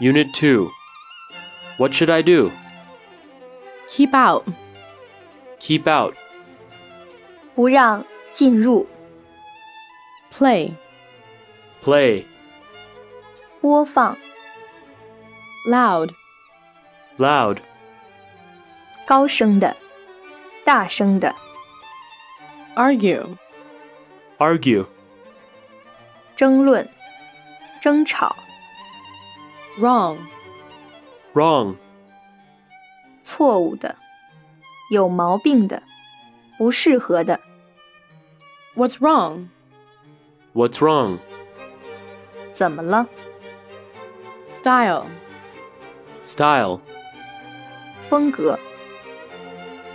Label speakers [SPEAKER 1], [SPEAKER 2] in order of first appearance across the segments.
[SPEAKER 1] Unit 2. What should I do?
[SPEAKER 2] Keep out.
[SPEAKER 1] Keep out.
[SPEAKER 3] 不让进入
[SPEAKER 2] Play.
[SPEAKER 1] Play.
[SPEAKER 3] 播放
[SPEAKER 2] Loud.
[SPEAKER 1] Loud.
[SPEAKER 3] 高声的、大声的
[SPEAKER 2] Argue.
[SPEAKER 1] Argue.
[SPEAKER 3] 争论、争吵、
[SPEAKER 2] Wrong.
[SPEAKER 1] Wrong.
[SPEAKER 3] 错误的、有毛病的、不适合的、
[SPEAKER 2] What's wrong?
[SPEAKER 1] What's wrong?
[SPEAKER 3] 怎么了、
[SPEAKER 2] Style.
[SPEAKER 1] Style.
[SPEAKER 3] 风格、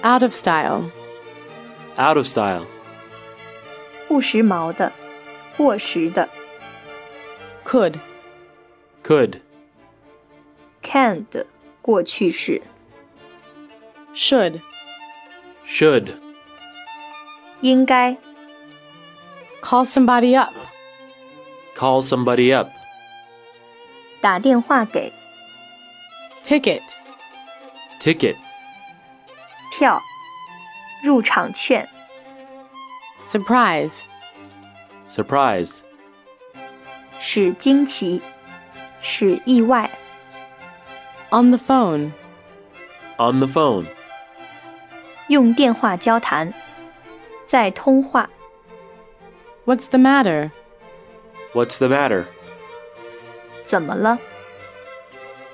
[SPEAKER 2] Out of style.
[SPEAKER 1] Out of style.
[SPEAKER 3] 不时髦的、过时的、
[SPEAKER 2] Could.
[SPEAKER 1] Could.
[SPEAKER 3] can 的过去式、
[SPEAKER 2] Should.
[SPEAKER 1] Should.
[SPEAKER 3] 应该、
[SPEAKER 2] Call somebody up.
[SPEAKER 1] Call somebody up.
[SPEAKER 3] 打电话给、
[SPEAKER 2] Ticket.
[SPEAKER 1] Ticket.
[SPEAKER 3] 票、入场券、
[SPEAKER 2] Surprise.
[SPEAKER 1] Surprise.
[SPEAKER 3] 使惊奇、使意外、
[SPEAKER 2] On the phone.
[SPEAKER 1] On the phone.
[SPEAKER 3] 用电话交谈、在通话、
[SPEAKER 2] What's the matter?
[SPEAKER 1] What's the matter?
[SPEAKER 3] 怎么了、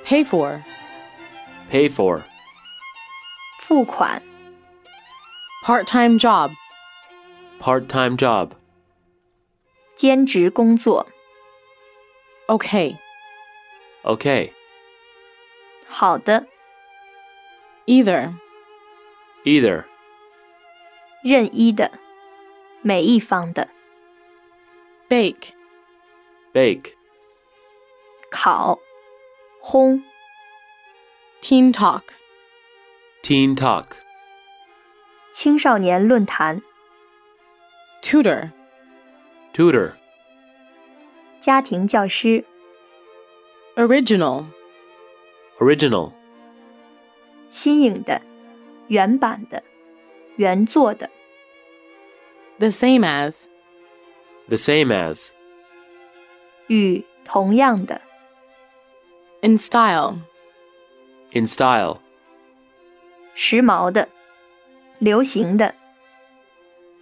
[SPEAKER 2] Pay for.
[SPEAKER 1] Pay for.
[SPEAKER 3] 付款、
[SPEAKER 2] Part time job.
[SPEAKER 1] Part time job.
[SPEAKER 3] 兼职工作、
[SPEAKER 2] Okay.
[SPEAKER 1] Okay.
[SPEAKER 3] 好的、
[SPEAKER 2] Either.
[SPEAKER 1] Either.
[SPEAKER 3] 任意的、每一方的、
[SPEAKER 2] Bake.
[SPEAKER 1] Bake.
[SPEAKER 3] 烤、烘、
[SPEAKER 2] Teen talk.
[SPEAKER 1] Teen talk.
[SPEAKER 3] 青少年论坛、
[SPEAKER 2] Tutor.
[SPEAKER 1] Tutor.
[SPEAKER 3] 家庭教师、
[SPEAKER 2] Original.
[SPEAKER 1] Original.
[SPEAKER 3] 新颖的、原版的、原作的、
[SPEAKER 2] The same as.
[SPEAKER 1] The same as.
[SPEAKER 3] 与同样的、
[SPEAKER 2] In style.
[SPEAKER 1] In style.
[SPEAKER 3] 时髦的、流行的、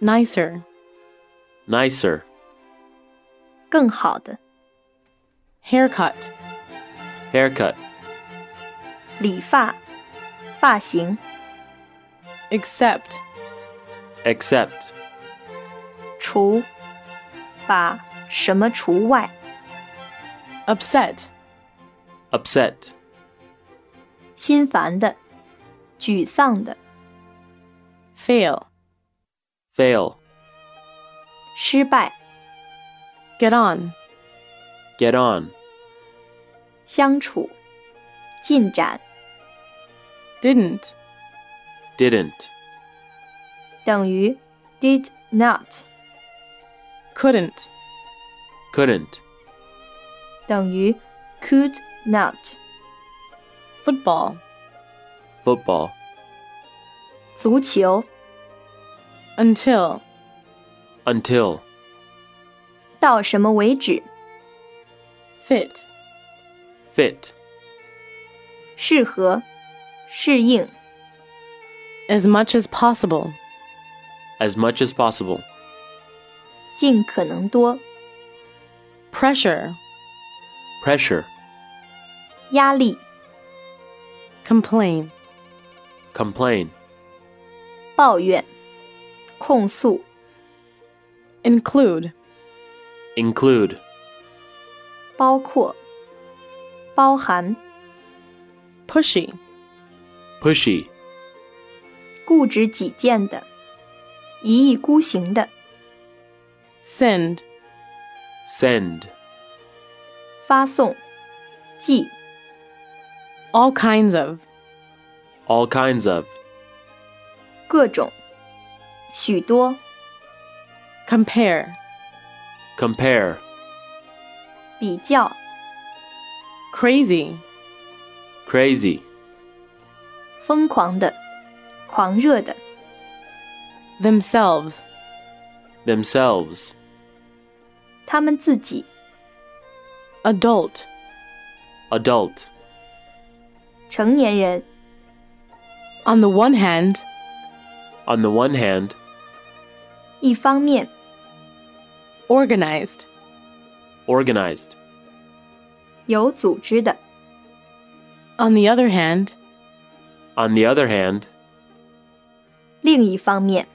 [SPEAKER 2] Nicer.
[SPEAKER 1] Nicer.
[SPEAKER 3] 更好的、
[SPEAKER 2] Haircut.
[SPEAKER 1] Haircut.
[SPEAKER 3] 理发、发型、
[SPEAKER 2] Except.
[SPEAKER 1] Accept.
[SPEAKER 3] 除、把什么除外、
[SPEAKER 2] Upset.
[SPEAKER 1] Upset.
[SPEAKER 3] 心烦的、沮丧的、
[SPEAKER 2] Fail.
[SPEAKER 1] Fail.
[SPEAKER 3] 失败、
[SPEAKER 2] Get on.
[SPEAKER 1] Get on.
[SPEAKER 3] 相处、进展。
[SPEAKER 2] Didn't.
[SPEAKER 1] Didn't.
[SPEAKER 3] 等于 did not
[SPEAKER 2] Couldn't.
[SPEAKER 1] Couldn't.
[SPEAKER 3] 等于 could not，
[SPEAKER 2] Football.
[SPEAKER 1] Football.
[SPEAKER 3] 足球、
[SPEAKER 2] Until.
[SPEAKER 1] Until.
[SPEAKER 3] 到什么为止，
[SPEAKER 2] Fit.
[SPEAKER 1] Fit.
[SPEAKER 3] 适合、适应、
[SPEAKER 2] As much as possible.
[SPEAKER 1] As much as possible.
[SPEAKER 3] 尽可能多、
[SPEAKER 2] Pressure.
[SPEAKER 1] Pressure.
[SPEAKER 3] 压力、
[SPEAKER 2] Complain.
[SPEAKER 1] Complain.
[SPEAKER 3] 抱怨、控诉、
[SPEAKER 2] Include.
[SPEAKER 1] Include.
[SPEAKER 3] 包括、包含、
[SPEAKER 2] Pushy.
[SPEAKER 1] Pushy.
[SPEAKER 3] 固执己见的、一意孤行的、
[SPEAKER 2] Send.
[SPEAKER 1] Send.
[SPEAKER 3] 发送、寄、
[SPEAKER 2] All kinds of.
[SPEAKER 1] All kinds of.
[SPEAKER 3] 各种、许多、
[SPEAKER 2] Compare.
[SPEAKER 1] Compare.
[SPEAKER 3] 比较、
[SPEAKER 2] crazy,
[SPEAKER 1] crazy,
[SPEAKER 3] 疯狂的、狂热的、
[SPEAKER 2] themselves,
[SPEAKER 1] themselves,
[SPEAKER 3] 他们自己、
[SPEAKER 2] adult,
[SPEAKER 1] adult,
[SPEAKER 3] 成年人、
[SPEAKER 2] on the one hand,
[SPEAKER 1] on the one hand,
[SPEAKER 3] 一方面、
[SPEAKER 2] organized,
[SPEAKER 1] organized,
[SPEAKER 3] 有组织的、
[SPEAKER 2] on the other hand,
[SPEAKER 1] on the other hand,
[SPEAKER 3] 另一方面、